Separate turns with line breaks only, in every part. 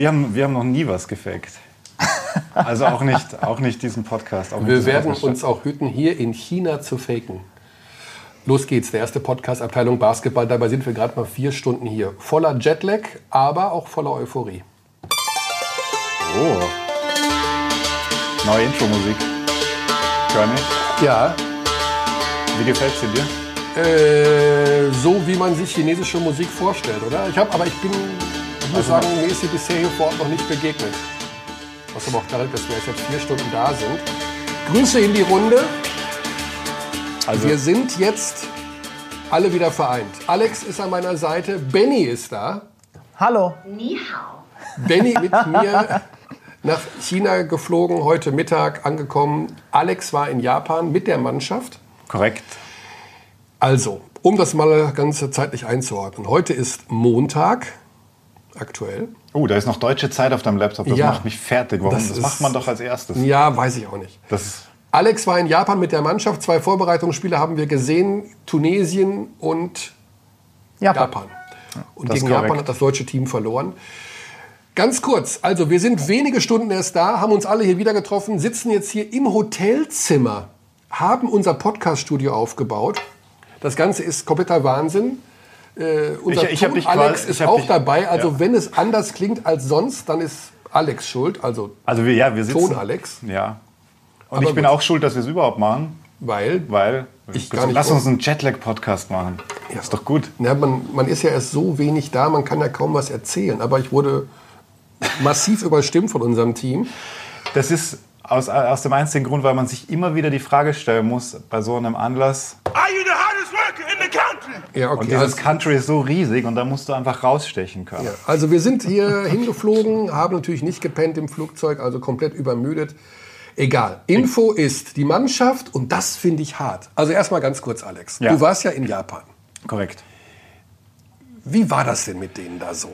Wir haben, wir haben noch nie was gefaked. Also auch nicht, auch nicht diesen Podcast. Auch nicht
Wir
diesen
werden
Podcast.
uns auch hüten, hier in China zu faken. Los geht's, der erste Podcast Abteilung Basketball. Dabei sind wir gerade mal vier Stunden hier. Voller Jetlag, aber auch voller Euphorie.
Oh. Neue Intro-Musik. Johnny,
Ja,
wie gefällt sie dir?
äh, so wie man sich chinesische Musik vorstellt, oder? Ich habe, aber ich bin, ich muss sagen, mir ist sie bisher hier vor Ort noch nicht begegnet. Was aber auch daran, dass wir jetzt seit vier Stunden da sind. Grüße in die Runde.
Also,
Wir sind jetzt alle wieder vereint. Alex ist an meiner Seite, Benny ist da.
Hallo.
Benny mit mir nach China geflogen, heute Mittag angekommen. Alex war in Japan mit der Mannschaft.
korrekt.
Also, um das mal ganze zeitlich einzuordnen. Heute ist Montag, aktuell.
Oh, da ist noch deutsche Zeit auf deinem Laptop. Das
Ja.
macht mich fertig. Warum? Das,
Das ist-
macht man doch als erstes.
Ja, weiß ich auch nicht.
Das ist
Alex war in Japan mit der Mannschaft. Zwei Vorbereitungsspiele haben wir gesehen. Tunesien und
Japan.
Japan. Und
Das ist
gegen
korrekt.
Japan hat das deutsche Team verloren. Ganz kurz, also wir sind wenige Stunden erst da, haben uns alle hier wieder getroffen, sitzen jetzt hier im Hotelzimmer, haben unser Podcast-Studio aufgebaut. Das Ganze ist kompletter Wahnsinn. Äh, unser
Ich- ich hab
Ton
dich
Alex
quasi- ich
ist
hab
auch
dich-
dabei. Also
ja.
wenn es anders klingt als sonst, dann ist Alex schuld. Also
also wir, ja, wir sitzen.
Ton Alex,
Ja. Und
Aber
ich bin
gut.
auch schuld, dass wir es überhaupt machen,
weil
weil.
Ich gar nicht
lass
vor-
uns einen Jetlag-Podcast machen.
Ja.
Ist doch gut.
Na, man, man ist ja erst so wenig da, man kann ja kaum was erzählen. Aber ich wurde massiv überstimmt von unserem Team.
Das ist aus, aus dem einzigen Grund, weil man sich immer wieder die Frage stellen muss bei so einem Anlass.
Are you the hardest worker in the country?
Ja,
Und
okay.
dieses
Also,
Country ist so riesig und da musst du einfach rausstechen können.
ja. also wir sind hier hingeflogen, haben natürlich nicht gepennt im Flugzeug, also komplett übermüdet. Egal. Info ist die Mannschaft und das finde ich hart. Also erstmal ganz kurz, Alex.
Ja.
Du warst ja in Japan.
Korrekt.
Wie war das denn mit denen da so?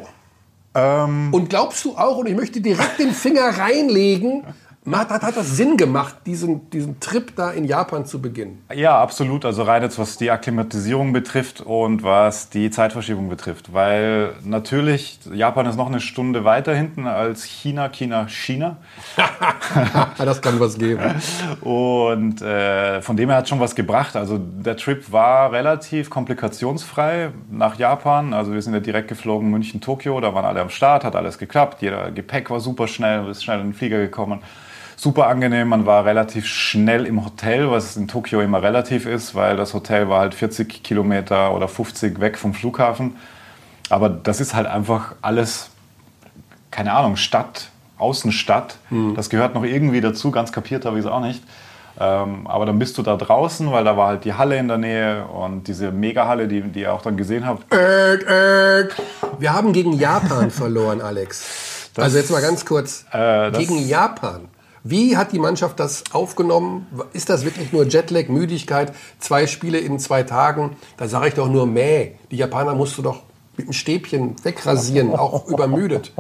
Ähm,
Und glaubst du auch, und ich möchte direkt den Finger reinlegen, hat, hat, hat das Sinn gemacht, diesen, diesen Trip da in Japan zu beginnen?
ja, absolut. Also rein jetzt, was die Akklimatisierung betrifft und was die Zeitverschiebung betrifft. Weil natürlich, Japan ist noch eine Stunde weiter hinten als China, China, China.
Ah, das kann was geben.
Und äh, von dem her hat schon was gebracht. Also der Trip war relativ komplikationsfrei nach Japan. Also wir sind ja direkt geflogen, München, Tokio. Da waren alle am Start, hat alles geklappt. Jeder Gepäck war super schnell, ist schnell in den Flieger gekommen. Super angenehm, man war relativ schnell im Hotel, was in Tokio immer relativ ist, weil das Hotel war halt 40 Kilometer oder 50 weg vom Flughafen. Aber das ist halt einfach alles keine Ahnung, Stadt, Außenstadt. Das gehört noch irgendwie dazu, ganz kapiert habe ich es auch nicht. Ähm, aber dann bist du da draußen, weil da war halt die Halle in der Nähe und diese Mega-Halle, die, die ihr auch dann gesehen habt.
Äck, äck. Wir haben gegen Japan verloren, Alex. also jetzt mal ganz kurz.
das-
gegen Japan. Wie hat die Mannschaft das aufgenommen? Ist das wirklich nur Jetlag, Müdigkeit, zwei Spiele in zwei Tagen? Da sage ich doch nur, mäh, die Japaner musst du doch mit dem Stäbchen wegrasieren, auch übermüdet.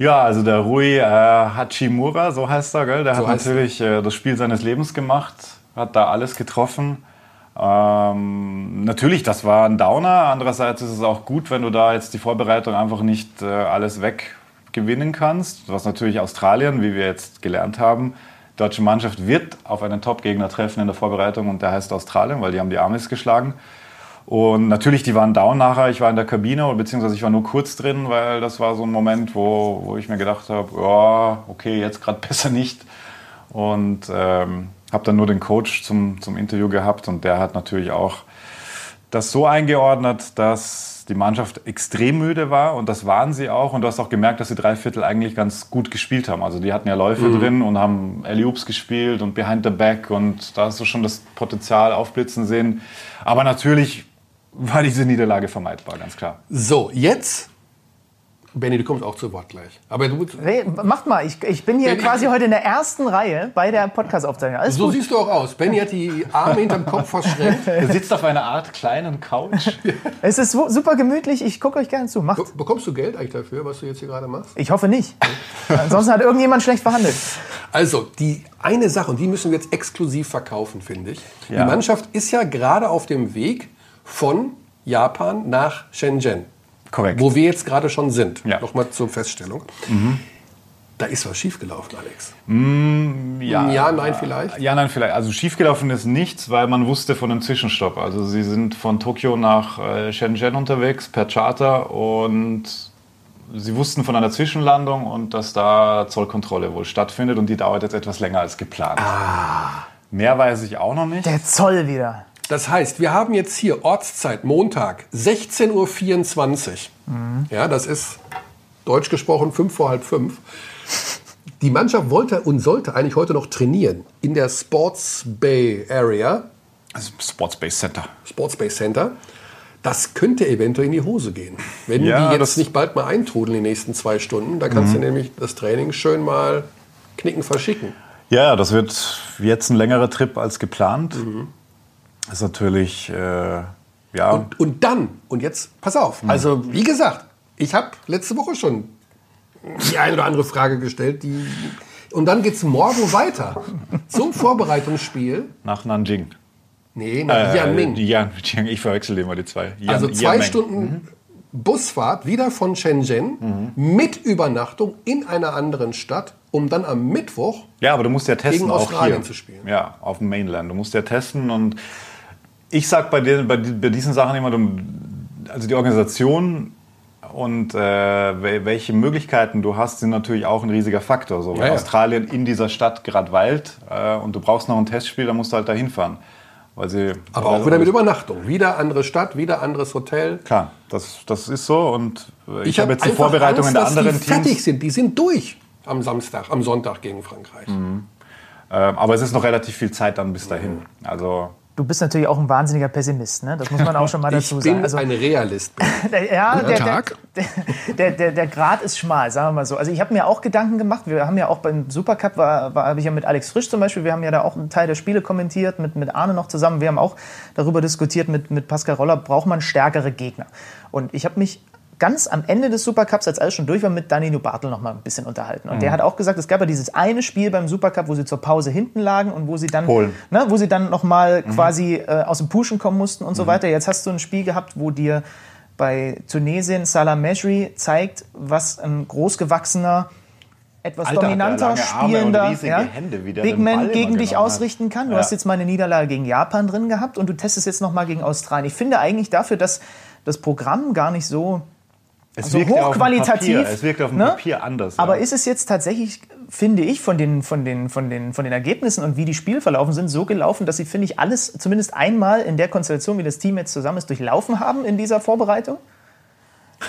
Ja, also der Rui äh, Hachimura, so heißt er, gell? der hat
heißt er.
natürlich äh, das Spiel seines Lebens gemacht, hat da alles getroffen. Ähm, natürlich, das war ein Downer. Andererseits ist es auch gut, wenn du da jetzt die Vorbereitung einfach nicht äh, alles weggewinnen kannst. Was natürlich Australien, wie wir jetzt gelernt haben, deutsche Mannschaft wird auf einen Top-Gegner treffen in der Vorbereitung und der heißt Australien, weil die haben die Amis geschlagen. Und natürlich, die waren down nachher. Ich war in der Kabine, oder beziehungsweise ich war nur kurz drin, weil das war so ein Moment, wo, wo ich mir gedacht habe, ja, okay, jetzt gerade besser nicht. Und ähm, habe dann nur den Coach zum, zum Interview gehabt und der hat natürlich auch das so eingeordnet, dass die Mannschaft extrem müde war und das waren sie auch. Und du hast auch gemerkt, dass sie drei Viertel eigentlich ganz gut gespielt haben. Also die hatten ja Läufe drin und haben Alley-Oops gespielt und Behind the Back und da hast du schon das Potenzial aufblitzen sehen. Aber natürlich war diese Niederlage vermeidbar, ganz klar.
So, jetzt. Benny, du kommst auch zu Wort gleich. Aber du,
Nee, Macht mal, ich, ich bin hier
Nee,
quasi
nee.
heute in der ersten Reihe bei der Podcast-Aufzeichnung. Alles
so
gut.
siehst du auch aus. Benny hat die Arme hinterm Kopf verschränkt.
Er sitzt auf einer Art kleinen Couch.
Es ist su- super gemütlich, ich gucke euch gerne zu. Macht.
Be- Bekommst du Geld eigentlich dafür, was du jetzt hier gerade machst?
Ich hoffe nicht. Ansonsten hat irgendjemand schlecht verhandelt.
Also, die eine Sache, und die müssen wir jetzt exklusiv verkaufen, finde ich.
Ja.
Die Mannschaft ist ja gerade auf dem Weg von Japan nach Shenzhen.
Korrekt.
Wo wir jetzt gerade schon sind.
Ja. Mhm.
Nochmal zur Feststellung. Da ist was schiefgelaufen, Alex.
ja,
ja, nein, vielleicht.
Ja, nein, vielleicht. Also schiefgelaufen ist nichts, weil man wusste von einem Zwischenstopp. Also sie sind von Tokio nach äh, Shenzhen unterwegs per Charter und sie wussten von einer Zwischenlandung und dass da Zollkontrolle wohl stattfindet und die dauert jetzt etwas länger als geplant.
Ah.
Mehr weiß ich auch noch nicht.
Der Zoll wieder.
Das heißt, wir haben jetzt hier Ortszeit Montag 16.24 Uhr.
Mhm.
Ja, das ist deutsch gesprochen fünf vor halb fünf. Die Mannschaft wollte und sollte eigentlich heute noch trainieren in der Sports Bay Area,
Also Sports Base Center.
Sports Bay Center. Das könnte eventuell in die Hose gehen. Wenn
Ja,
die jetzt
das- Mhm.
nicht bald mal eintrudeln die nächsten zwei Stunden, dann kannst du nämlich das Training schön mal knicken verschicken.
Ja, das wird jetzt ein längerer Trip als geplant.
Mhm.
Ist natürlich, äh, ja.
Und, und dann, und jetzt, pass auf,
Mhm.
also wie gesagt, ich habe letzte Woche schon die eine oder andere Frage gestellt, die. Und dann geht's morgen weiter zum Vorbereitungsspiel.
nach Nanjing.
Nee, nach Yanming.
Äh, Yan, Jiang, ich verwechsel immer die zwei. Yan-
also zwei
Yanming.
Stunden
Mhm.
Busfahrt wieder von Shenzhen mit Übernachtung in einer anderen Stadt, um dann am Mittwoch
Ja, aber du musst ja testen
Gegen
auch
Australien
hier.
zu spielen.
Ja, auf dem Mainland. Du musst ja testen und ich sag bei, den, bei, di- bei diesen Sachen immer, du- also die Organisation und äh, wel- welche Möglichkeiten du hast, sind natürlich auch ein riesiger Faktor. So, weil
ja.
Australien in dieser Stadt gerade weilt äh, und du brauchst noch ein Testspiel, dann musst du halt da hinfahren. Weil sie,
aber auch
äh.
wieder mit Übernachtung. Wieder andere Stadt, wieder anderes Hotel.
Klar, das, das ist so und äh, ich,
hab
habe jetzt die
einfach
Vorbereitung
Angst,
in der
dass
anderen
die fertig
Teams.
sind. Die sind durch am Samstag, am Sonntag gegen Frankreich.
Ähm, aber es ist noch relativ viel Zeit dann bis dahin. Also
Du bist natürlich auch ein wahnsinniger Pessimist, ne? Das muss man auch schon mal
Ich
dazu sagen.
bin
Also,
ein Realist.
der, ja,
Guten
der,
Tag.
Der, der, der, der Grad ist schmal, sagen wir mal so. Also ich habe mir auch Gedanken gemacht. Wir haben ja auch beim Supercup, war, war, habe ich ja mit Alex Frisch zum Beispiel, wir haben ja da auch einen Teil der Spiele kommentiert, mit, mit Arne noch zusammen. Wir haben auch darüber diskutiert mit, mit Pascal Roller, braucht man stärkere Gegner? Und ich habe mich ganz am Ende des Supercups, als alles schon durch war, mit Danilo Bartel noch mal ein bisschen unterhalten. Und
Mhm.
der hat auch gesagt, es gab ja dieses eine Spiel beim Supercup, wo sie zur Pause hinten lagen und wo sie dann,
Polen.
Ne, wo sie dann noch mal
Mhm.
quasi äh, aus dem Pushen kommen mussten und so weiter. Jetzt hast du ein Spiel gehabt, wo dir bei Tunesien Salah Mejri zeigt, was ein großgewachsener etwas
Alter, hat der
dominanter,
lange Arme und
spielender
riesige Hände, wie der
Big
den Ball
Man
immer
gegen dich
genommen hat.
ausrichten kann. Du
Ja.
hast jetzt mal eine Niederlage gegen Japan drin gehabt und du testest jetzt noch mal gegen Australien. Ich finde eigentlich dafür, dass das Programm gar nicht so
es
Also
wirkt ja auf dem
hochqualitativ,
Papier- Es wirkt auf dem
ne?
Papier anders.
Aber
ja.
ist es jetzt tatsächlich, finde ich, von den, von, den, von, den, von den Ergebnissen und wie die Spiele verlaufen sind, so gelaufen, dass sie, finde ich, alles zumindest einmal in der Konstellation, wie das Team jetzt zusammen ist, durchlaufen haben in dieser Vorbereitung?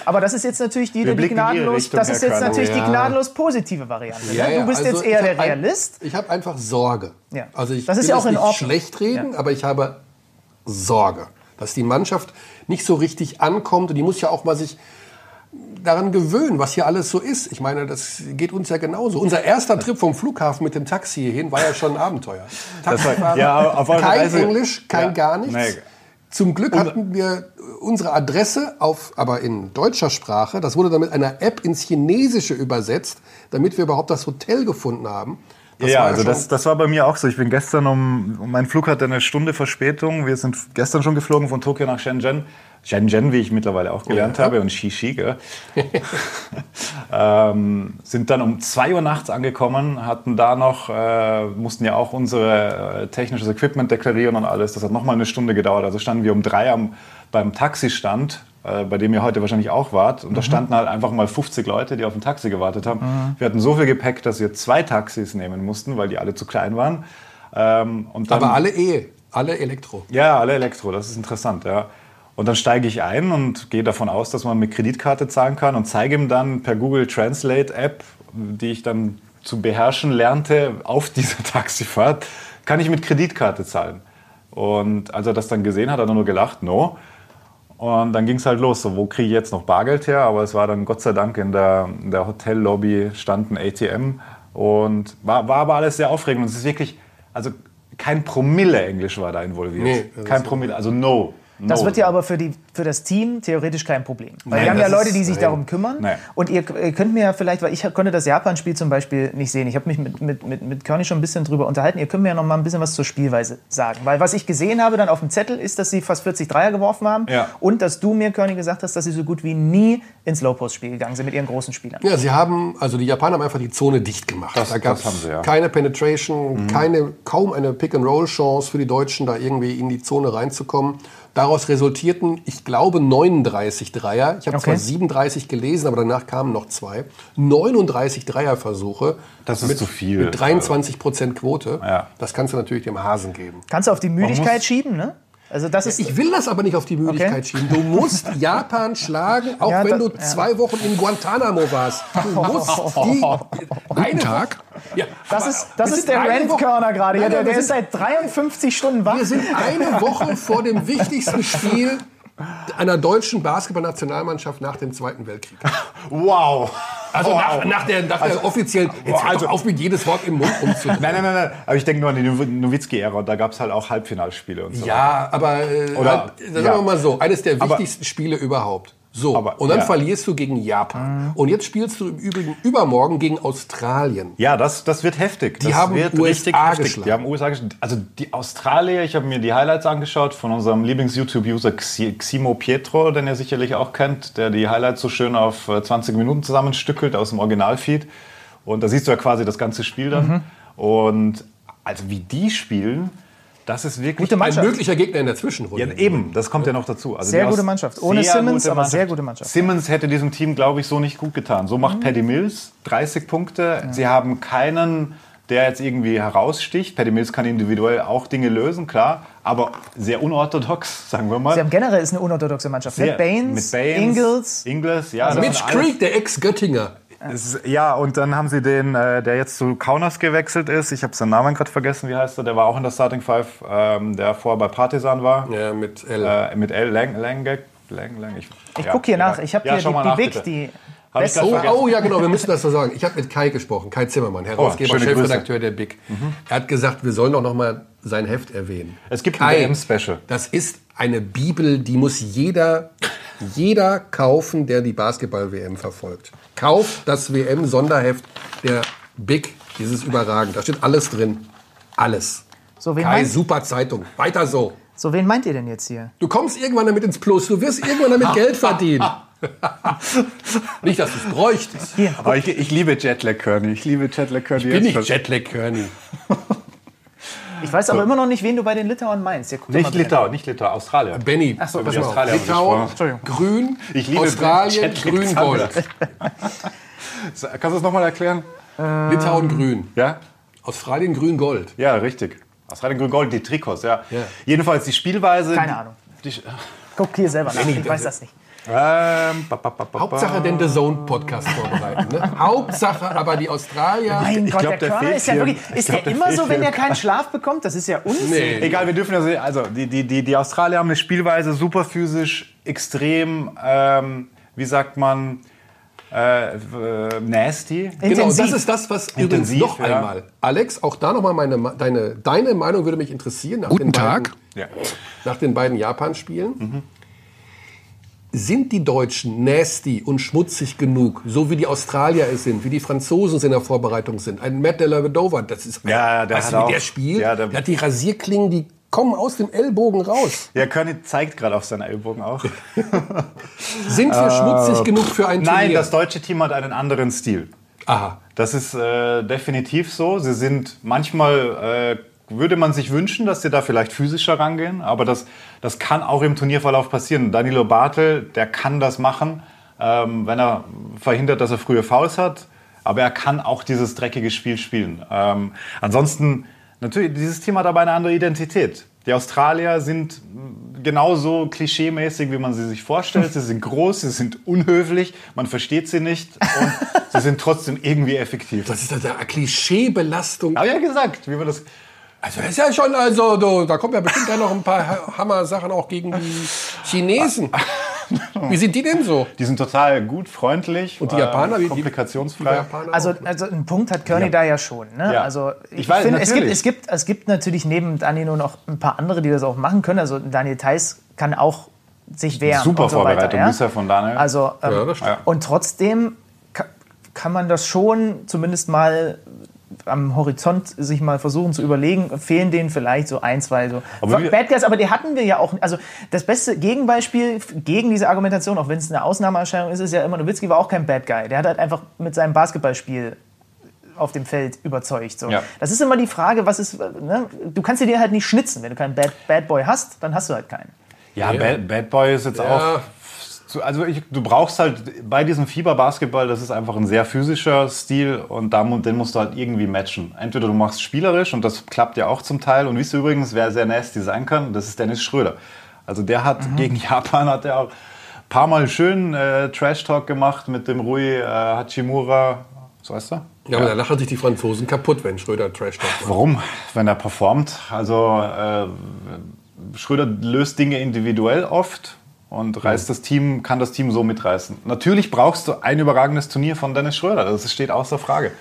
Aber das ist jetzt natürlich die,
Wir
die
blicken in Ihre
gnadenlos,
Richtung,
das ist
Herr
jetzt
Körner.
natürlich
Ja.
die gnadenlos positive Variante.
Ja,
ne?
ja,
Du bist
also
jetzt eher
ich hab
der
ein-
Realist.
Ich habe einfach Sorge.
Ja.
Also ich
Das ist
will
ja
es
auch in
nicht
Ordnung.
schlecht reden, aber ich habe Sorge, dass die Mannschaft nicht so richtig ankommt und die muss ja auch mal sich daran gewöhnen, was hier alles so ist. Ich meine, das geht uns ja genauso. Unser erster Trip vom Flughafen mit dem Taxi hierhin war ja schon ein Abenteuer. Taxifahren,
ja, auf eurer
kein
Reise-
Englisch, kein
Ja.
gar nichts.
Nee.
Zum Glück hatten wir äh, unsere Adresse auf, aber in deutscher Sprache. Das wurde dann mit einer App ins Chinesische übersetzt, damit wir überhaupt das Hotel gefunden haben. Das
ja,
war
also
schon-
das, das war bei mir auch so. Ich bin gestern um, mein Flug hatte eine Stunde Verspätung. Wir sind gestern schon geflogen von Tokio nach Shenzhen. Shenzhen, wie ich mittlerweile auch gelernt habe, und Xixi, gell? ähm, sind dann um 2 Uhr nachts angekommen, hatten da noch, äh, mussten ja auch unsere äh, technisches Equipment deklarieren und alles. Das hat nochmal eine Stunde gedauert. Also standen wir um 3 am, beim Taxistand, äh, bei dem ihr heute wahrscheinlich auch wart. Und da standen halt einfach mal 50 Leute, die auf ein Taxi gewartet haben. Wir hatten so viel Gepäck, dass wir zwei Taxis nehmen mussten, weil die alle zu klein waren. Ähm, und dann,
aber alle E, alle Elektro.
ja, alle Elektro, das ist interessant, ja. Und dann steige ich ein und gehe davon aus, dass man mit Kreditkarte zahlen kann und zeige ihm dann per Google Translate App, die ich dann zu beherrschen lernte auf dieser Taxifahrt, kann ich mit Kreditkarte zahlen. Und als er das dann gesehen hat, hat er nur gelacht, no. Und dann ging es halt los, so wo kriege ich jetzt noch Bargeld her? Aber es war dann Gott sei Dank in der, in der Hotellobby stand ein ATM und war, war aber alles sehr aufregend. Und es ist wirklich, also kein Promille Englisch war da involviert.
Nee, das
kein
ist-
Promille, also no.
Das
No.
wird ja aber für, die, für das Team theoretisch kein Problem. Weil
Nee,
wir haben ja
das
Leute,
ist-
die sich
nee.
darum kümmern.
Nee.
Und ihr, ihr könnt mir ja vielleicht, weil ich konnte das Japan-Spiel zum Beispiel nicht sehen. Ich habe mich mit, mit, mit, mit Körny schon ein bisschen drüber unterhalten. Ihr könnt mir ja noch mal ein bisschen was zur Spielweise sagen. Weil was ich gesehen habe dann auf dem Zettel ist, dass sie fast 40 Dreier geworfen haben.
Ja.
Und dass du mir, Körny, gesagt hast, dass sie so gut wie nie ins Low-Post-Spiel gegangen sind mit ihren großen Spielern.
Ja, sie haben, also die Japaner haben einfach die Zone dicht gemacht.
Das-
da gab
das haben
es
sie, ja. Mhm.
keine Penetration, keine, kaum eine Pick-and-Roll-Chance für die Deutschen, da irgendwie in die Zone reinzukommen. Daraus resultierten, ich glaube, 39 Dreier. Ich habe
Okay.
zwar 37 gelesen, aber danach kamen noch zwei. 39 Dreierversuche.
Das ist
mit,
zu viel.
Mit 23 Prozent Quote.
Ja.
Das kannst du natürlich dem Hasen geben.
Kannst du auf die Müdigkeit
muss-
schieben, ne? Also das ist
Ich will das aber nicht auf die Müdigkeit
Okay.
schieben. Du musst Japan schlagen, auch
Ja,
wenn
da-
du
ja.
zwei Wochen in Guantanamo warst. Du musst die eine Tag. Ja,
Das
aber
ist, das
wir
ist
sind
der
eine Woche-
Rant-Körner gerade. hier.
Nein,
Der,
nein,
der
wir
ist
sind-
seit 53 Stunden wach.
Wir sind eine Woche vor dem wichtigsten Spiel einer deutschen Basketballnationalmannschaft nach dem Zweiten Weltkrieg.
Wow!
Also
wow.
nach, nach der, nach der offiziellen, jetzt hört
Oh, also-
doch auf mit jedes Wort im Mund umzudrehen.
Nein, nein, nein, nein. Aber ich denke nur an die Now- Nowitzki-Ära. und Da gab es halt auch Halbfinalspiele und so.
Ja, aber äh,
Oder-
halt, sagen
ja.
wir mal so, eines der
Aber-
wichtigsten Spiele überhaupt. So,
Aber-
und dann
ja. Mhm.
verlierst du gegen Japan. Und jetzt spielst du im Übrigen übermorgen gegen Australien.
Ja, das, das wird heftig. Die das
haben
wird
USA
richtig heftig.
geschlagen.
Die haben USA geschlagen. Also die Australier, ich habe mir die Highlights angeschaut von unserem Lieblings-YouTube-User Xi- Ximo Pietro, den ihr sicherlich auch kennt, der die Highlights so schön auf äh, 20 Minuten zusammenstückelt aus dem Originalfeed. Und da siehst du ja quasi das ganze Spiel dann. Und also wie die spielen, das ist wirklich...
Gute Mann-
Ein
Mannschaft.
möglicher Gegner in der Zwischenrunde.
ja, eben, das kommt ja noch dazu. Also
Sehr
die Aus-
gute Mannschaft. Ohne Simmons, aber sehr gute Mannschaft. Mhm.
Simmons hätte diesem Team, glaube ich, so nicht gut getan. So macht Paddy Mills 30 Punkte. Sie haben keinen, der jetzt irgendwie heraussticht. Paddy Mills kann individuell auch Dinge lösen, klar, aber sehr unorthodox, sagen wir mal.
Sie haben generell ist eine unorthodoxe Mannschaft.
Sehr-
Mit
mit
Baines,
Baines,
Ingles. Also
Ingles, ja. das
Mitch
sind Also alles-
Creek, der Ex-Göttinger.
Es ist- Ja, und dann haben sie den, äh, der jetzt zu Kaunas gewechselt ist. Ich habe seinen Namen gerade vergessen, wie heißt er? Der war auch in der Starting Five, ähm, der vorher bei Partisan war.
Ja, mit L.
Äh, mit L, Lang, Langek, Lang, Lang. Ich,
Ich guck hier nach. Ich habe
ja,
hier
schau mal
die,
nach,
die Big,
bitte.
die
Hab ich
beste.
grad
Oh,
vergessen.
oh, ja, genau, wir müssen das so sagen. Ich habe mit Kai gesprochen, Kai Zimmermann, Herausgeber,
Oh, schöne Mhm.
Chefredakteur der Big. Er hat gesagt, wir sollen doch noch mal sein Heft erwähnen.
Es gibt ein
Kai,
WM-Special.
Das ist eine Bibel, die muss jeder, jeder kaufen, der die Basketball-WM verfolgt. Kauft das WM-Sonderheft der Big, dieses überragend. Da steht alles drin. Alles.
So wen,
Kai,
meint,
super Zeitung. Weiter so.
so, wen meint ihr denn jetzt hier?
Du kommst irgendwann damit ins Plus. Du wirst irgendwann damit Geld verdienen. Nicht, dass du es bräuchtest.
Hier,
Aber ich, ich liebe Jetlag Kearney. oh. Ich liebe Jetlag Kearney.
Bin
jetzt
ich
schon.
Jetlag Kearney.
ich weiß aber immer noch nicht, wen du bei den Litauern meinst. Hier, guck doch mal
Nicht
bitte.
Litau, nicht Litau, Australier.
Benny,
Ach so,
pass
über
mal
die
auf.
Australier haben wir
Litauen,
gesprochen.
Grün,
Ich liebe
Australien,
Jetlag
Grün, Gold.
So, Kannst du es nochmal erklären? Ah.
Litauen, Grün.
Ja?
Australien, Grün, Gold.
Ja, richtig. Australien, Grün, Gold, die Trikots, ja.
Ja.
Jedenfalls die Spielweise.
Keine Ahnung.
Die, die,
Guck hier selber nach. Ich weiß das nicht.
ähm, ba, ba, ba, ba,
Hauptsache den The Zone Podcast vorbereiten. Ne? Hauptsache aber die Australier.
Mein Gott,
glaub,
der
der
Körner
fehlt
ist ja
hier-
wirklich.
ich
Ist
glaub,
der
der
immer
fehlt
so, wenn
hier-
er keinen Schlaf bekommt? Das ist ja Unsinn.
Nee.
Egal, wir dürfen das. Also, die, die, die, die Australier haben eine Spielweise super physisch, extrem, ähm, wie sagt man, äh, äh, nasty.
Genau,
Intensiv.
das ist das, was übrigens
Intensiv,
noch
ja.
einmal. Alex, auch da nochmal meine, Ma- deine, deine Meinung würde mich interessieren. Nach
Guten
den beiden-
Tag.
Ja.
nach den beiden Japan-Spielen. Sind die Deutschen nasty und schmutzig genug, so wie die Australier es sind, wie die Franzosen es in der Vorbereitung sind? Ein Matt Dellavedova, das ist ein,
Ja, der
weißt
hat
du, wie der
auch-
spielt,
ja,
der,
der-
hat die Rasierklingen, die kommen aus dem Ellbogen raus.
Ja, Körny zeigt gerade auf seinen Ellbogen auch.
Sind wir schmutzig genug für ein Turnier?
Äh, Nein, das deutsche Team hat einen anderen Stil.
Aha.
Das ist äh, definitiv so. Sie sind manchmal, äh, würde man sich wünschen, dass sie da vielleicht physischer rangehen, aber das, das kann auch im Turnierverlauf passieren. Danilo Bartel, der kann das machen, ähm, wenn er verhindert, dass er frühe Fouls hat, aber er kann auch dieses dreckige Spiel spielen. Ähm, ansonsten, natürlich, dieses Team hat aber eine andere Identität. Die Australier sind mh, genauso klischeemäßig, wie man sie sich vorstellt. Sie sind groß, sie sind unhöflich, man versteht sie nicht und sie sind trotzdem irgendwie effektiv.
Das ist eine Klischeebelastung.
Hab ich ja gesagt, wie man das.
Also das ist ja schon, also da- da kommen ja bestimmt gleich noch ein paar Ha- Hammer-Sachen auch gegen die Chinesen. Wie sind die denn so?
Die sind total gut, freundlich.
Und die Japaner, wie-
äh,
die-
komplikationsfrei.
Also, also einen Punkt hat Kearney da ja schon. Ne?
Ja.
Also ich,
Ich weiß,
finde, es gibt,
natürlich.
es, gibt, es gibt natürlich neben Danilo noch ein paar andere, die das auch machen können. Also Daniel Theiss kann auch sich wehren.
Super
und so
Vorbereitung
weiter, ja?
bisher von Daniel.
Also, ähm,
Ja, das stimmt.
und trotzdem ka- kann man das schon zumindest mal am Horizont sich mal versuchen zu überlegen, fehlen denen vielleicht so ein, zwei so
Aber wir-
Bad Guys, aber die hatten wir ja auch, also das beste Gegenbeispiel f- gegen diese Argumentation, auch wenn es eine Ausnahmeerscheinung ist, ist ja immer, Nowitzki war auch kein Bad Guy, der hat halt einfach mit seinem Basketballspiel auf dem Feld überzeugt. So.
Ja.
Das ist immer die Frage, was ist, äh, ne? du kannst dir den halt nicht schnitzen, wenn du keinen Bad, Bad Boy hast, dann hast du halt keinen.
Ja, Bad, Bad Boy ist jetzt auch. zu- Also ich, du brauchst halt bei diesem Fieberbasketball, das ist einfach ein sehr physischer Stil und da, mu- den musst du halt irgendwie matchen. Entweder du machst spielerisch und das klappt ja auch zum Teil. Und wisst ihr übrigens, wer sehr nasty sein kann? Das ist Dennis Schröder. Also der hat
Mhm.
gegen Japan hat er auch ein paar Mal schön äh, Trash-Talk gemacht mit dem Rui äh, Hachimura. So heißt er?
Ja, aber da lachen sich die Franzosen kaputt, wenn Schröder Trash talk macht.
Warum, wenn er performt? Also äh, Schröder löst Dinge individuell oft und reißt das Team, kann das Team so mitreißen. Natürlich brauchst du ein überragendes Turnier von Dennis Schröder, das steht außer Frage.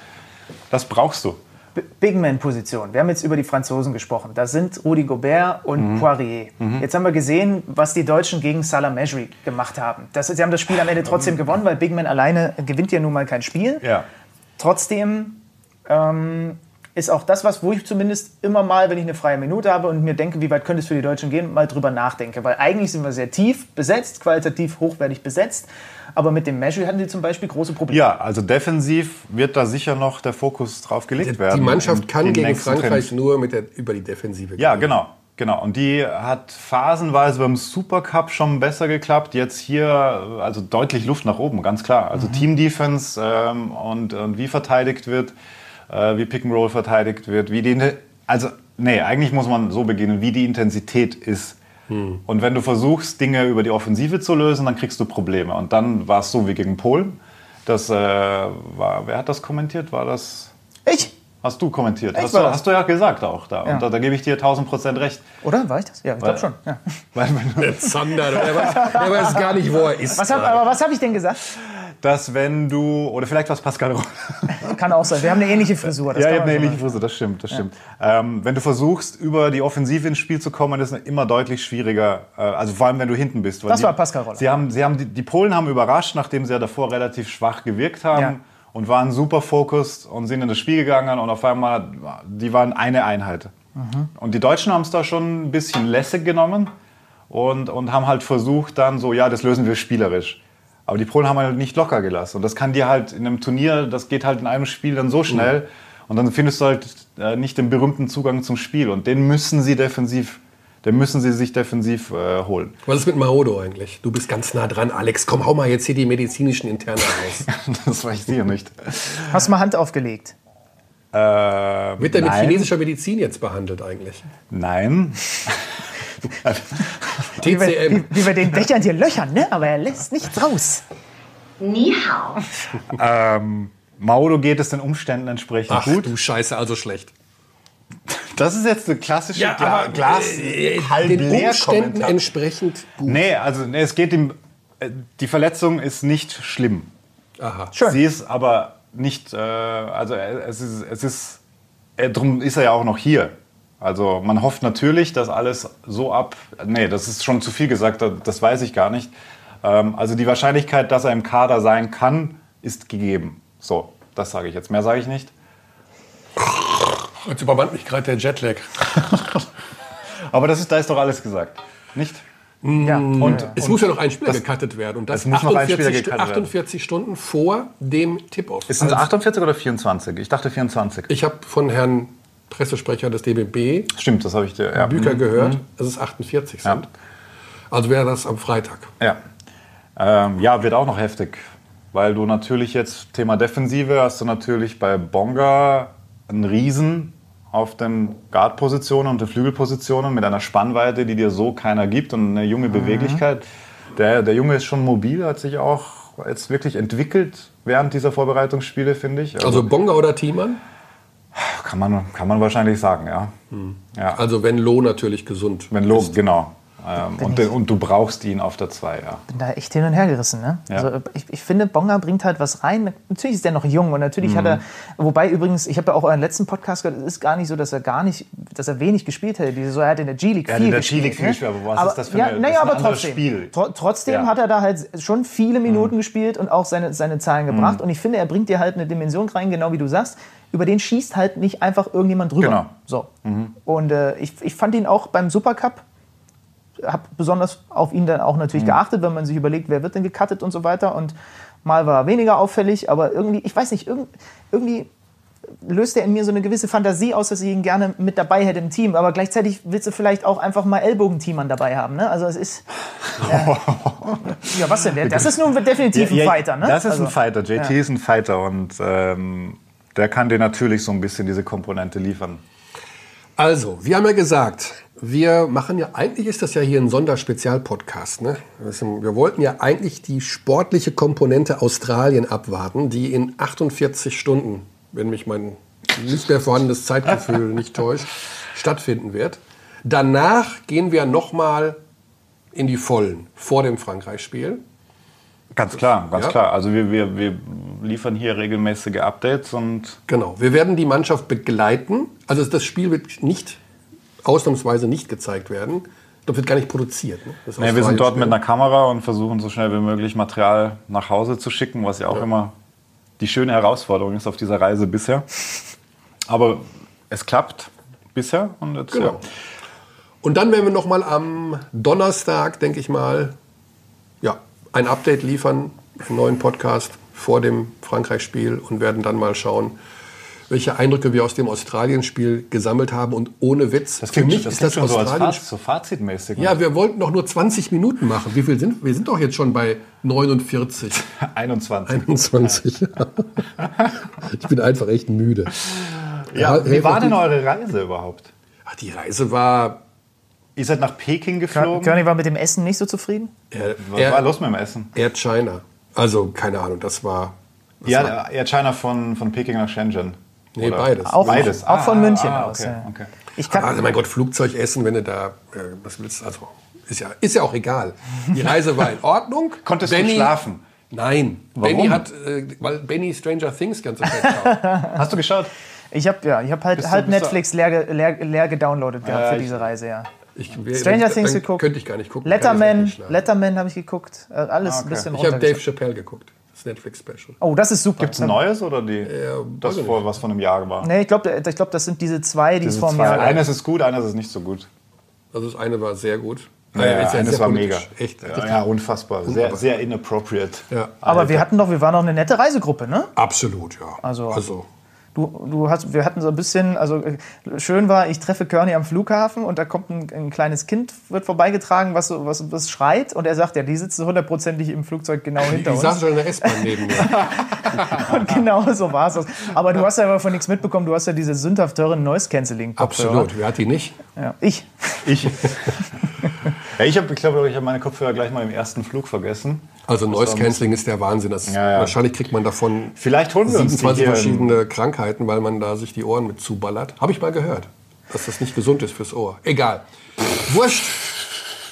Das brauchst du.
B- Big Man-Position. Wir haben jetzt über die Franzosen gesprochen. Das sind Rudi Gobert und Poirier. Jetzt haben wir gesehen, was die Deutschen gegen Salah Mejri gemacht haben. Das, sie haben das Spiel am Ende trotzdem gewonnen, weil Big Man alleine gewinnt ja nun mal kein Spiel.
Ja.
Trotzdem ähm, ist auch das was, wo ich zumindest immer mal, wenn ich eine freie Minute habe und mir denke, wie weit könnte es für die Deutschen gehen, mal drüber nachdenke. Weil eigentlich sind wir sehr tief besetzt, qualitativ hochwertig besetzt. Aber mit dem Mejri hatten sie zum Beispiel große Probleme.
Ja, also defensiv wird da sicher noch der Fokus drauf gelegt werden.
Die Mannschaft
Und
kann
die
gegen
nächsten
Frankreich
Trainings-
nur mit der, über die Defensive
Ja,
gewinnen.
genau. Genau, und die hat phasenweise beim Supercup schon besser geklappt. Jetzt hier, also deutlich Luft nach oben, ganz klar. Also Team-Defense ähm, und, und wie verteidigt wird, äh, wie Pick'n'Roll verteidigt wird, wie die. Also, nee, eigentlich muss man so beginnen, wie die Intensität ist. Und wenn du versuchst, Dinge über die Offensive zu lösen, dann kriegst du Probleme. Und dann war es so wie gegen Polen. Das äh, war, wer hat das kommentiert? War das.
Ich?
Hast du kommentiert?
Ich
Hast du,
war das.
hast du ja gesagt auch da.
Ja.
Und da, da gebe ich dir 1000 Prozent recht.
Oder? War ich das? Ja, ich glaube schon. Ja.
Weil wenn du,
Der Zander, der weiß, der weiß gar nicht, wo er ist.
Was hab, aber was habe ich denn gesagt?
dass wenn du, oder vielleicht war es Pascal Rohr.
Kann auch sein. Wir haben eine ähnliche Frisur. das
Ja,
kann
ich habe
man
eine
schon
ähnliche Frisur, das stimmt, das stimmt. Ähm, wenn du versuchst, über die Offensive ins Spiel zu kommen, ist es immer deutlich schwieriger. Äh, also vor allem, wenn du hinten bist. weil
Das
die,
war Pascal Roller.
Sie haben, sie haben, die, die Polen haben überrascht, nachdem sie ja davor relativ schwach gewirkt haben.
Ja.
Und waren super fokussiert und sind in das Spiel gegangen und auf einmal, hat- die waren eine Einheit. Und die Deutschen haben es da schon ein bisschen lässig genommen und, und haben halt versucht dann so, ja, das lösen wir spielerisch. Aber die Polen haben halt nicht locker gelassen. Und das kann dir halt in einem Turnier, das geht halt in einem Spiel dann so schnell. Und dann findest du halt äh, nicht den berühmten Zugang zum Spiel. Und den müssen sie defensiv, den müssen sie sich defensiv äh, holen.
Was ist mit Maodo eigentlich? Du bist ganz nah dran, Alex. Komm, hau mal jetzt hier die medizinischen Internen raus.
das weiß ich sicher nicht.
sagen. Hast du mal Hand aufgelegt?
Äh,
Wird er mit
nein.
chinesischer Medizin jetzt behandelt eigentlich?
Nein.
Wie wir,
ähm,
TCM.
wie, wie wir den Dächern hier löchern, ne? Aber er lässt nichts raus.
你好。
ähm, Mauro geht es den Umständen entsprechend
Ach
gut.
du Scheiße, also schlecht.
Das ist jetzt eine klassische Gla Glas
äh,
halb
den
leer
Umständen
Kommentar.
entsprechend gut.
Nee, also nee, es geht ihm. äh, Die Verletzung ist nicht schlimm.
Aha.
Schön.
Sie ist aber nicht. Äh, also äh, es ist. Es ist äh, drum ist er ja auch noch hier. Also man hofft natürlich, dass alles so ab. Nee, das ist schon zu viel gesagt. da- Das weiß ich gar nicht. Ähm, also die Wahrscheinlichkeit, dass er im Kader sein kann, ist gegeben. So, das sage ich jetzt. Mehr sage ich nicht.
Jetzt übermannt mich gerade der Jetlag.
Aber das ist, da ist doch alles gesagt, nicht?
Ja.
Und,
Es
und
muss ja noch ein Spieler gecuttet werden. Und das
es muss noch ein Spieler
48 Stu-
gecuttet werden.
48 Stunden vor dem Tip-Off.
es sind 48 oder 24? Ich dachte 24.
Ich habe von Herrn Pressesprecher des DBB,
Stimmt, das habe ich dir. Ja.
Büker, gehört, dass es 48 sind. Also wäre das am Freitag.
Ja. Ähm, ja, wird auch noch heftig. Weil du natürlich jetzt, Thema Defensive, hast du natürlich bei Bonga einen Riesen auf den Guard-Positionen und den Flügelpositionen mit einer Spannweite, die dir so keiner gibt und eine junge Beweglichkeit. Der, der Junge ist schon mobil, hat sich auch jetzt wirklich entwickelt während dieser Vorbereitungsspiele, finde ich.
Also Bonga oder Thiemann?
kann man, kann man wahrscheinlich sagen, ja. ja.
Also wenn Loh natürlich gesund.
Wenn Lob, genau. Ähm,
Bin
und,
ich-
de- und du brauchst ihn auf der 2, ja.
bin da echt hin und her gerissen. Ne?
Ja.
Also ich, ich finde, Bonga bringt halt was rein. Natürlich ist er noch jung und natürlich hat
Mhm.
er, wobei übrigens, ich habe ja auch euren letzten Podcast gehört, es ist gar nicht so, dass er gar nicht, dass er wenig gespielt hätte. Diese, so, er hat in der G-League
Er hat
viel
in der
gespielt.
G-League viel
ne?
gespielt, aber was ist das für
ja,
eine- das
Naja,
ist ein
aber
anderes
trotzdem.
Spiel.
Tro trotzdem
Ja. Mhm.
hat er da halt schon viele Minuten gespielt und auch seine, seine Zahlen gebracht. Und ich finde, er bringt dir halt eine Dimension rein, genau wie du sagst, über den schießt halt nicht einfach irgendjemand drüber.
Genau.
So. Und äh, ich, ich fand ihn auch beim Supercup habe besonders auf ihn dann auch natürlich
Mhm.
geachtet, wenn man sich überlegt, wer wird denn gecuttet und so weiter. Und mal war er weniger auffällig, aber irgendwie, ich weiß nicht, irgend, irgendwie löst er in mir so eine gewisse Fantasie aus, dass ich ihn gerne mit dabei hätte im Team. Aber gleichzeitig willst du vielleicht auch einfach mal Ellbogenteamern dabei haben. Ne? Also es ist. Ja, ja was denn? Der, das ist nun definitiv ein Fighter, ne?
Das ist
also,
ein Fighter. JT ist ein Fighter und ähm, der kann dir natürlich so ein bisschen diese Komponente liefern.
Also, wir haben ja gesagt, wir machen ja, eigentlich ist das ja hier ein Sonderspezialpodcast. Ne? Wir wollten ja eigentlich die sportliche Komponente Australien abwarten, die in 48 Stunden, wenn mich mein nicht mehr vorhandenes Zeitgefühl nicht täuscht, stattfinden wird. Danach gehen wir nochmal in die Vollen vor dem Frankreich-Spiel.
Ganz klar, ganz
Ja.
klar. Also wir, wir, wir liefern hier regelmäßige Updates und
Genau, wir werden die Mannschaft begleiten. Also das Spiel wird nicht, ausnahmsweise nicht gezeigt werden. Das wird gar nicht produziert. Ne? Das
nee, wir sind dort
Australien-Spiel.
mit einer Kamera und versuchen so schnell wie möglich Material nach Hause zu schicken, was ja auch immer die schöne Herausforderung ist auf dieser Reise bisher. Aber es klappt bisher und jetzt
Genau.
ja.
Und dann werden wir nochmal am Donnerstag, denke ich mal, ja, ein Update liefern, einen neuen Podcast vor dem Frankreich-Spiel und werden dann mal schauen, welche Eindrücke wir aus dem Australien-Spiel gesammelt haben. Und ohne Witz,
Das klingt,
für mich
das
ist
klingt
das
schon so als
Australien.
Fazit, so fazitmäßig.
ja, wir wollten doch nur 20 Minuten machen. Wie viel sind wir? sind doch jetzt schon bei 49,
21.
21. ich bin einfach echt müde.
Ja, wie
helft
war
doch
denn
die-
eure Reise überhaupt?
Ach, die Reise war.
Ihr seid nach Peking geflogen?
Kearney war mit dem Essen nicht so zufrieden.
Er,
Was war
er,
los mit dem Essen?
er China. Also, keine Ahnung, das war. das war-
Ja, Air China von, von Peking nach Shenzhen.
Nee, beides.
Auch,
Beides.
auch von
Ah,
München
ah,
aus.
okay,
ja.
okay.
Ich kann,
Also mein Gott, Flugzeug essen, wenn du da äh, was willst, also ist ja, ist ja auch egal. Die Reise war in Ordnung.
Konntest du schlafen?
Nein.
Warum?
Benny hat, äh, weil Benny Stranger Things ganze Zeit schaut.
Hast du geschaut?
ich habe ja, ich hab halt,
Bist du-
halt
bist du-
Netflix leer, ge- leer, leer gedownloadet gehabt
Ja,
für
ich-
diese Reise, ja.
Ich, wär-
Stranger
dann
Things geguckt.
Könnte ich gar nicht gucken. Kann
Letterman,
ich auch nicht schlafen.
Letterman habe ich geguckt. Äh, Alles
Ah, okay.
ein bisschen
Ich habe Dave
runtergesetzt.
Chappelle geguckt. Das Netflix-Special.
Oh, das ist super.
Gibt's ein neues oder die?
weiß
das
ich
vor, was vor einem Jahr war.
Nee, ich glaube, ich glaub, das sind diese zwei, die es
Diese
vor einem
zwei.
Jahr gab.
Eines ist gut, eines ist nicht so gut.
Also das eine war sehr gut. Äh,
Ja,
ist ja
eines
sehr
war mega.
politisch. Echt.
Ja, ja, unfassbar. Sehr, sehr inappropriate.
Ja.
Aber wir hatten doch, wir waren doch eine nette Reisegruppe, ne?
Absolut, ja.
Also-
also
Du, du hast, wir hatten so ein bisschen, also äh, schön war, ich treffe Kearney am Flughafen und da kommt ein, ein kleines Kind, wird vorbeigetragen, was, so- was, was schreit und er sagt, ja, die sitzen hundertprozentig im Flugzeug genau hinter
ich
uns.
saß schon in der S-Bahn neben mir.
Und genau so war es. das. Aber du hast ja davon nichts mitbekommen, du hast ja diese sündhaft teuren Noise-Canceling-Kopfhörer.
Absolut. Wer hat die nicht?
Ja. Ich.
Ich. ja, ich habe, ich glaube, ich habe meine Kopfhörer gleich mal im ersten Flug vergessen.
Also Noise Cancelling ist der Wahnsinn. Das
Ja, ja.
Wahrscheinlich kriegt man davon
Vielleicht holen wir uns die
27
hier. in-
verschiedene Krankheiten, weil man da sich die Ohren mit zuballert. Habe ich mal gehört, dass das nicht gesund ist fürs Ohr. Egal. Wurscht.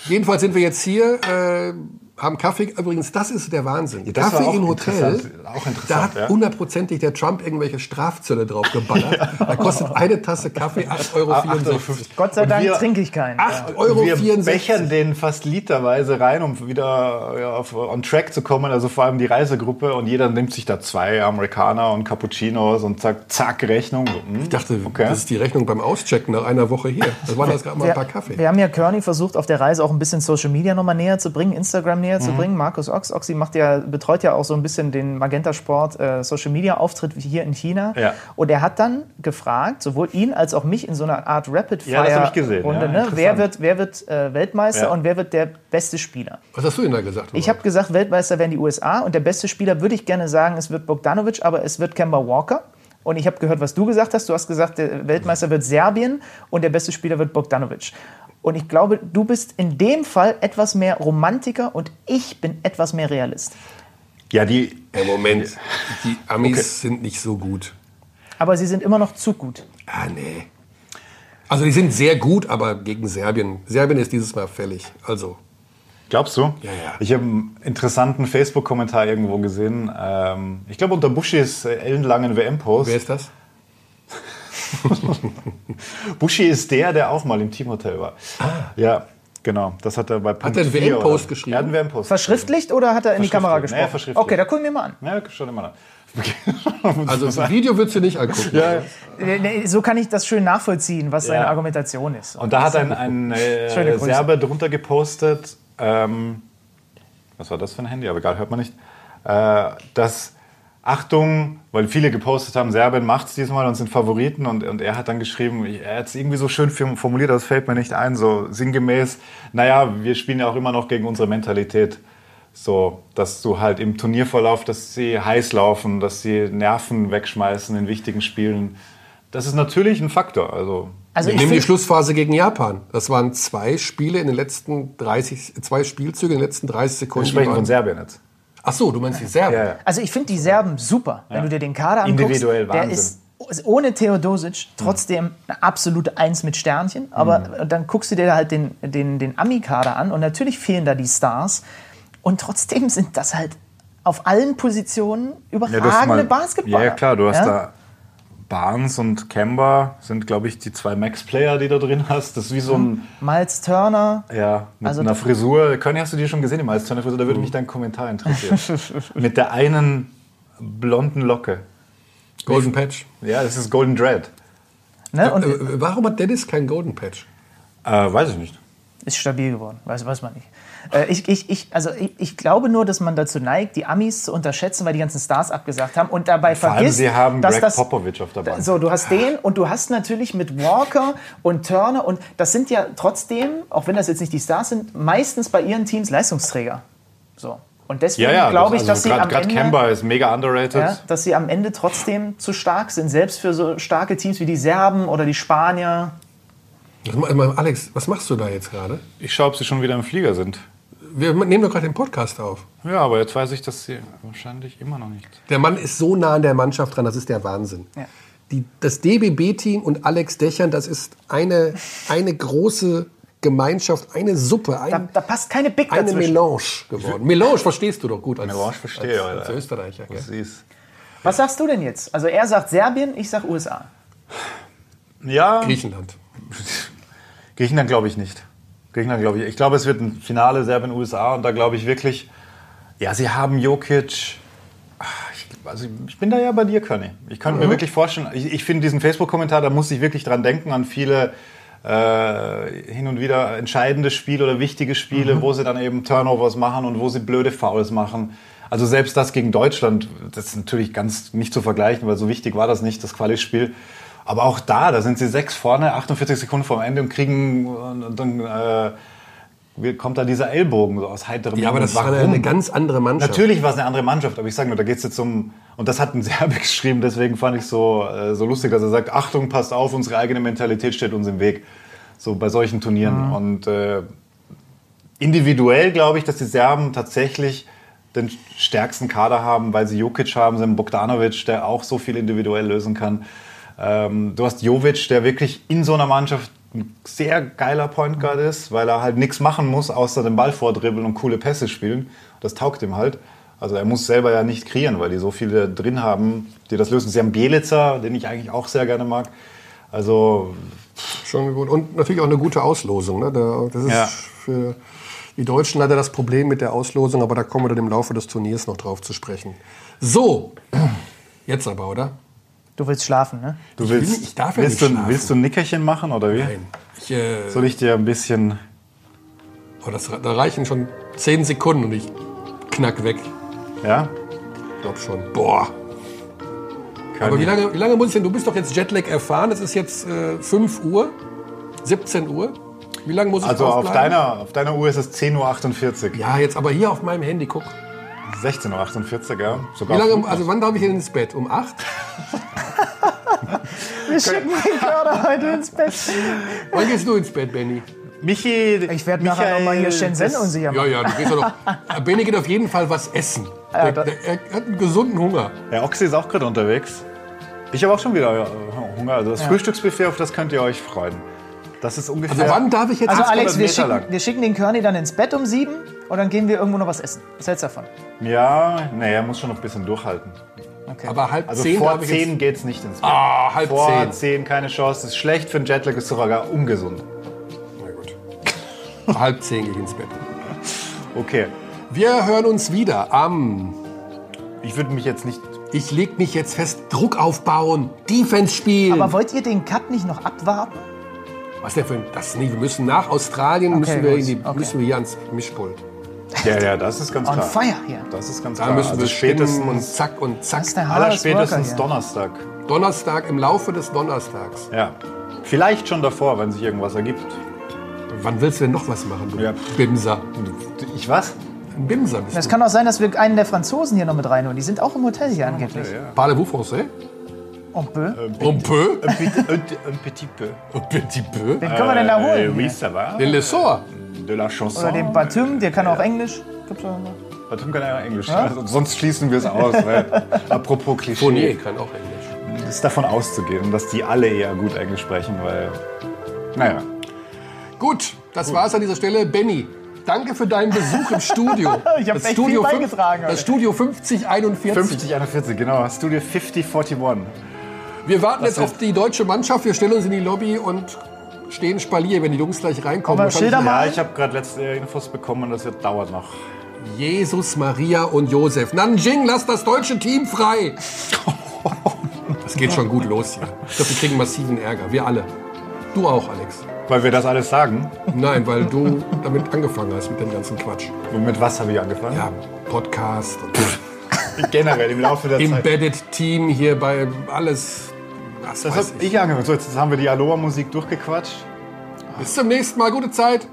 Jedenfalls sind wir jetzt hier, äh, haben Kaffee. Übrigens, das ist der Wahnsinn.
das war
Kaffee
auch
im Hotel,
interessant. Auch interessant,
da hat
ja.
hundertprozentig der Trump irgendwelche Strafzölle drauf geballert. Da kostet eine Tasse Kaffee 8,54 Euro.
8,50.
Gott sei
Und
Dank
wir-
trinke ich keinen.
8,64
Und
Euro.
wir bechern den fast literweise rein, um wieder ja, auf, on track zu kommen. Also vor allem die Reisegruppe und jeder nimmt sich da zwei Amerikaner und Cappuccinos und zack, zack, Rechnung. So, hm,
Ich dachte,
okay.
das ist die Rechnung beim Auschecken nach einer Woche hier. Das waren das gerade mal ein paar Kaffee.
Wir haben ja Kearney versucht, auf der Reise auch ein bisschen Social Media nochmal näher zu bringen, Instagram näher
Mhm.
zu bringen. Markus Ochs, Oxy macht ja, betreut ja auch so ein bisschen den Magenta Sport äh, Social Media Auftritt hier in China.
Ja.
Und er hat dann gefragt, sowohl ihn als auch mich in so einer Art Rapid
Ja, das hab
Fire
ich gesehen, ja,
Runde, ne? wer
interessant.
wird, wer wird äh, Weltmeister
Ja.
und wer wird der beste Spieler?
Was hast du denn da gesagt?
Ich habe gesagt, Weltmeister wären die USA und der beste Spieler würde ich gerne sagen, es wird Bogdanovic, aber es wird Kemba Walker. Und ich habe gehört, was du gesagt hast. Du hast gesagt, der Weltmeister wird Serbien und der beste Spieler wird Bogdanovic. Und ich glaube, du bist in dem Fall etwas mehr Romantiker und ich bin etwas mehr Realist.
ja, die,
Ja, Moment, die Amis sind nicht so gut.
Aber sie sind immer noch zu gut.
Ah, nee. Also die sind sehr gut, aber gegen Serbien. Serbien ist dieses Mal fällig. Also
Glaubst du?
Ja, ja.
Ich habe einen interessanten Facebook-Kommentar irgendwo gesehen. Ähm, ich glaube, unter Buschis äh, ellenlangen WM-Post.
wer ist das?
Buschi ist der, der auch mal im Teamhotel war. Ja, genau. Das hat er bei Punkt
Ah. er einen
4
WM-Post
oder so.
geschrieben?
Er hat einen WM-Post.
Verschriftlicht oder hat er in die Kamera
Verschriftlicht.
gesprochen?
Nee, verschriftlicht.
Okay, da gucken wir mal an.
Ja, schon immer noch.
Also das Video würdest du nicht angucken.
ja.
Nee, nee, So kann ich das schön nachvollziehen, was seine
Ja.
Argumentation ist.
Und da hat ein, ein
Schöne
äh,
Grüße.
Serbe drunter gepostet, ähm, was war das für ein Handy? Aber egal, hört man nicht. Äh, dass, Achtung, weil viele gepostet haben, Serbien macht's diesmal und sind Favoriten. Und, und er hat dann geschrieben, ich- er hat es irgendwie so schön firm- formuliert, das fällt mir nicht ein, so sinngemäß, naja, wir spielen ja auch immer noch gegen unsere Mentalität. So, dass du halt im Turnierverlauf, dass sie heiß laufen, dass sie Nerven wegschmeißen in wichtigen Spielen. Das ist natürlich ein Faktor. Also
also ich
Nimm die
find,
Schlussphase gegen Japan. Das waren zwei Spiele in den letzten 30, zwei Spielzüge in den letzten 30 Sekunden.
wir sprechen
Die waren-
Also von Serbien jetzt.
Ach so, du meinst die Serben.
Ja, ja.
also ich find die Serben super, wenn du dir den Kader anguckst.
Individuell
der
Wahnsinn.
ist ist ohne Theodosic trotzdem eine absolute Eins mit Sternchen. Aber
Mhm.
dann guckst du dir halt den, den, den Ami-Kader an und natürlich fehlen da die Stars. Und trotzdem sind das halt auf allen Positionen
Ja, du hast
überragende
mal-
Basketballer.
Ja, klar, du hast
Ja?
da Barnes und Kemba sind, glaube ich, die zwei Max-Player, die du drin hast. Das ist wie so ein,
Miles Turner.
ja, mit
Also
einer
da-
Frisur. Conny, hast du die schon gesehen im Eisturner-Frisur? Da würde mich dein Kommentar interessieren. mit der einen blonden Locke.
Golden Patch.
Ja, das ist Golden Dread.
Ne? Und
äh, warum hat Dennis keinen Golden Patch?
Äh, weiß ich nicht.
ist stabil geworden, weiß, weiß man nicht. Äh, Ich, ich, ich, also ich, ich glaube nur, dass man dazu neigt, die Amis zu unterschätzen, weil die ganzen Stars abgesagt haben und dabei
Vor allem,
vergisst,
sie haben
dass
Greg
das,
Popovich auf der Bank.
So, du hast den und du hast natürlich mit Walker und Turner und das sind ja trotzdem, auch wenn das jetzt nicht die Stars sind, meistens bei ihren Teams Leistungsträger. So. Und deswegen
Ja, ja,
glaube ich, dass sie am
Gerade
Ende...
also Kemba ist mega underrated.
Ja, dass sie am Ende trotzdem zu stark sind, selbst für so starke Teams wie die Serben oder die Spanier.
Das ma- ma- Alex, was machst du da jetzt gerade?
Ich schaue, ob sie schon wieder im Flieger sind.
Wir nehmen doch gerade den Podcast auf.
Ja, aber jetzt weiß ich, dass sie wahrscheinlich immer noch nicht.
Der Mann ist so nah an der Mannschaft dran, das ist der Wahnsinn.
Ja.
Die, das DBB-Team und Alex Dächern, das ist eine, eine große Gemeinschaft, eine Suppe, ein,
Da, da passt keine Big
eine
dazwischen.
Melange geworden. Melange verstehst du doch gut als,
Melange verstehe,
als, als
Alter.
Österreicher. Gell?
Was ist?
Was sagst du denn jetzt? Also er sagt Serbien, ich sag USA.
Ja,
Griechenland.
Griechenland glaube ich nicht. Griechenland glaube ich. Ich glaube, es wird ein Finale Serbien-USA und da glaube ich wirklich, ja, sie haben Jokic. Ah, Ich, also ich bin da ja bei dir, Conny. Ich kann
Mhm.
mir wirklich vorstellen, ich, ich finde diesen Facebook-Kommentar, da muss ich wirklich dran denken, an viele äh, hin und wieder entscheidende Spiele oder wichtige Spiele,
Mhm.
wo sie dann eben Turnovers machen und wo sie blöde Fouls machen. Also selbst das gegen Deutschland, das ist natürlich ganz nicht zu vergleichen, weil so wichtig war das nicht, das Quali-Spiel. Aber auch da, da sind sie sechs vorne, 48 Sekunden vorm Ende und kriegen, und, und dann äh, wie kommt da dieser Ellbogen so aus heiterem
Ja, aber das war eine,
Warum?
eine ganz andere Mannschaft.
Natürlich war es eine andere Mannschaft, aber ich sage nur, da geht es jetzt um. Und das hat ein Serbe geschrieben, deswegen fand ich so, äh, so lustig, dass er sagt: Achtung, passt auf, unsere eigene Mentalität steht uns im Weg. So bei solchen Turnieren. Und äh, individuell glaube ich, dass die Serben tatsächlich den stärksten Kader haben, weil sie Jokic haben, sie haben Bogdanovic, der auch so viel individuell lösen kann. Ähm, du hast Jovic, der wirklich in so einer Mannschaft ein sehr geiler Point Guard ist, weil er halt nichts machen muss, außer den Ball vordribbeln und coole Pässe spielen. Das taugt ihm halt. Also er muss selber ja nicht kreieren, weil die so viele drin haben, die das lösen. Sie haben Bielitzer, den ich eigentlich auch sehr gerne mag. Also
Schon gut. Und natürlich auch eine gute Auslosung. Ne? Da- Das ist
Ja.
für die Deutschen leider das Problem mit der Auslosung, aber da kommen wir dann im Laufe des Turniers noch drauf zu sprechen. So, jetzt aber, oder?
Du willst schlafen, ne?
du willst,
nicht- ich darf ja
willst,
nicht
du,
schlafen.
willst du ein Nickerchen machen oder wie?
Nein. Ich, äh,
Soll ich dir ein bisschen
oh, das, da reichen schon zehn Sekunden und ich knack weg.
Ja?
Ich glaube schon. Boah. Aber wie lange, wie lange muss ich denn? Du bist doch jetzt Jetlag erfahren. Es ist jetzt äh, 5 Uhr, 17 Uhr. Wie lange muss ich
also auf
draufbleiben?
deiner, auf deiner Uhr ist es 10.48 Uhr.
Ja, jetzt aber hier auf meinem Handy, guck.
16.48 Uhr, ja.
Wie
Sogar
lange,
früh.
also wann darf ich denn ins Bett? Um 8?
Wir schicken den Körder heute ins Bett.
Wann gehst du ins Bett, Benny?
Michi,
Ich werde nachher
Michael,
nochmal hier Shenzhen
das-
unsicher machen.
Ja, ja, du gehst doch noch. Benny geht auf jeden Fall was essen. Der,
da-
der, er hat einen gesunden Hunger.
Ja, Oxy ist auch gerade unterwegs. Ich habe auch schon wieder äh, Hunger. Also das Frühstücksbuffet, auf das könnt ihr euch freuen. Das ist ungefähr.
Also wann darf ich jetzt...
Also
Acht
Alex, wir
Meter
schicken,
lang.
wir schicken den Körny dann ins Bett um sieben und dann gehen wir irgendwo noch was essen. Was hältst du davon?
Ja, nee, er muss schon noch ein bisschen durchhalten.
aber halb
Also
zehn
vor
darf ich jetzt-
zehn geht's nicht ins Bett.
Ah, halb
vor
zehn.
zehn keine Chance. Ist schlecht für den Jetlag, ist sogar ungesund.
Na gut. halb zehn gehe ich ins Bett.
Okay.
Wir hören uns wieder am...
Ich würde mich jetzt nicht.
Ich leg mich jetzt fest, Druck aufbauen, Defense spielen.
Aber wollt ihr den Cut nicht noch abwarten?
Was denn für ein... Das, nee, wir müssen nach Australien, müssen, wir
gut.
in die,
Okay.
müssen wir hier ans Mischpult.
Ja, ja, das ist ganz
On
klar.
fire hier.
Das ist ganz
Da
klar.
müssen wir
also
spätestens und
spätestens,
zack und
Das ist
zack.
der hartes Worker
allerspätestens
hier.
Donnerstag.
Donnerstag, im Laufe des Donnerstags.
Ja. Vielleicht schon davor, wenn sich irgendwas ergibt.
Wann willst du denn noch was machen, du
Ja.
Bimser?
Ich was?
Ein Bimser bist
Es
du.
kann auch sein, dass wir einen der Franzosen hier noch mit reinholen. Die sind auch im Hotel hier angeblich.
Parlez-vous français?
Und bö.
Un peu?
Un petit- un- un petit peu.
Un petit peu?
Wen können wir denn da
Äh,
holen?
oui,
hier?
ça va.
Den Lessor?
De la chanson.
Oder den Batum, der kann auch Englisch. Gibt's auch noch.
Batum kann ja auch Englisch. Also, sonst schließen wir es aus. weil, apropos Klischee.
Fournier kann auch Englisch.
Ist davon auszugehen, dass die alle eher gut Englisch sprechen, weil. Naja.
Gut, das war's an dieser Stelle. Benny, danke für deinen Besuch im Studio.
Ich hab
Das
echt
Studio
viel
fünf-
beigetragen heute.
Das Studio 5041.
50, 41, genau. Studio 5041.
Wir warten jetzt auf die deutsche Mannschaft. Wir stellen uns in die Lobby und stehen Spalier, wenn die Jungs gleich reinkommen.
Aber Schilder
Wahrscheinlich-
Ja, ich habe gerade letzte Infos bekommen und das wird dauert noch.
Jesus, Maria und Josef. Nanjing, lass das deutsche Team frei. Das geht schon gut los hier. Ich glaube, wir kriegen massiven Ärger. Wir alle. Du auch, Alex.
Weil wir das alles sagen.
Nein, weil du damit angefangen hast mit dem ganzen Quatsch.
Und mit was habe ich angefangen?
Ja, Podcast,
Generell im Laufe der Zeit.
Embedded Team hier bei alles. Was
Das
weiß
habe
ich.
ich angefangen. So, jetzt haben wir die Aloha-Musik durchgequatscht.
Bis zum nächsten Mal. Gute Zeit.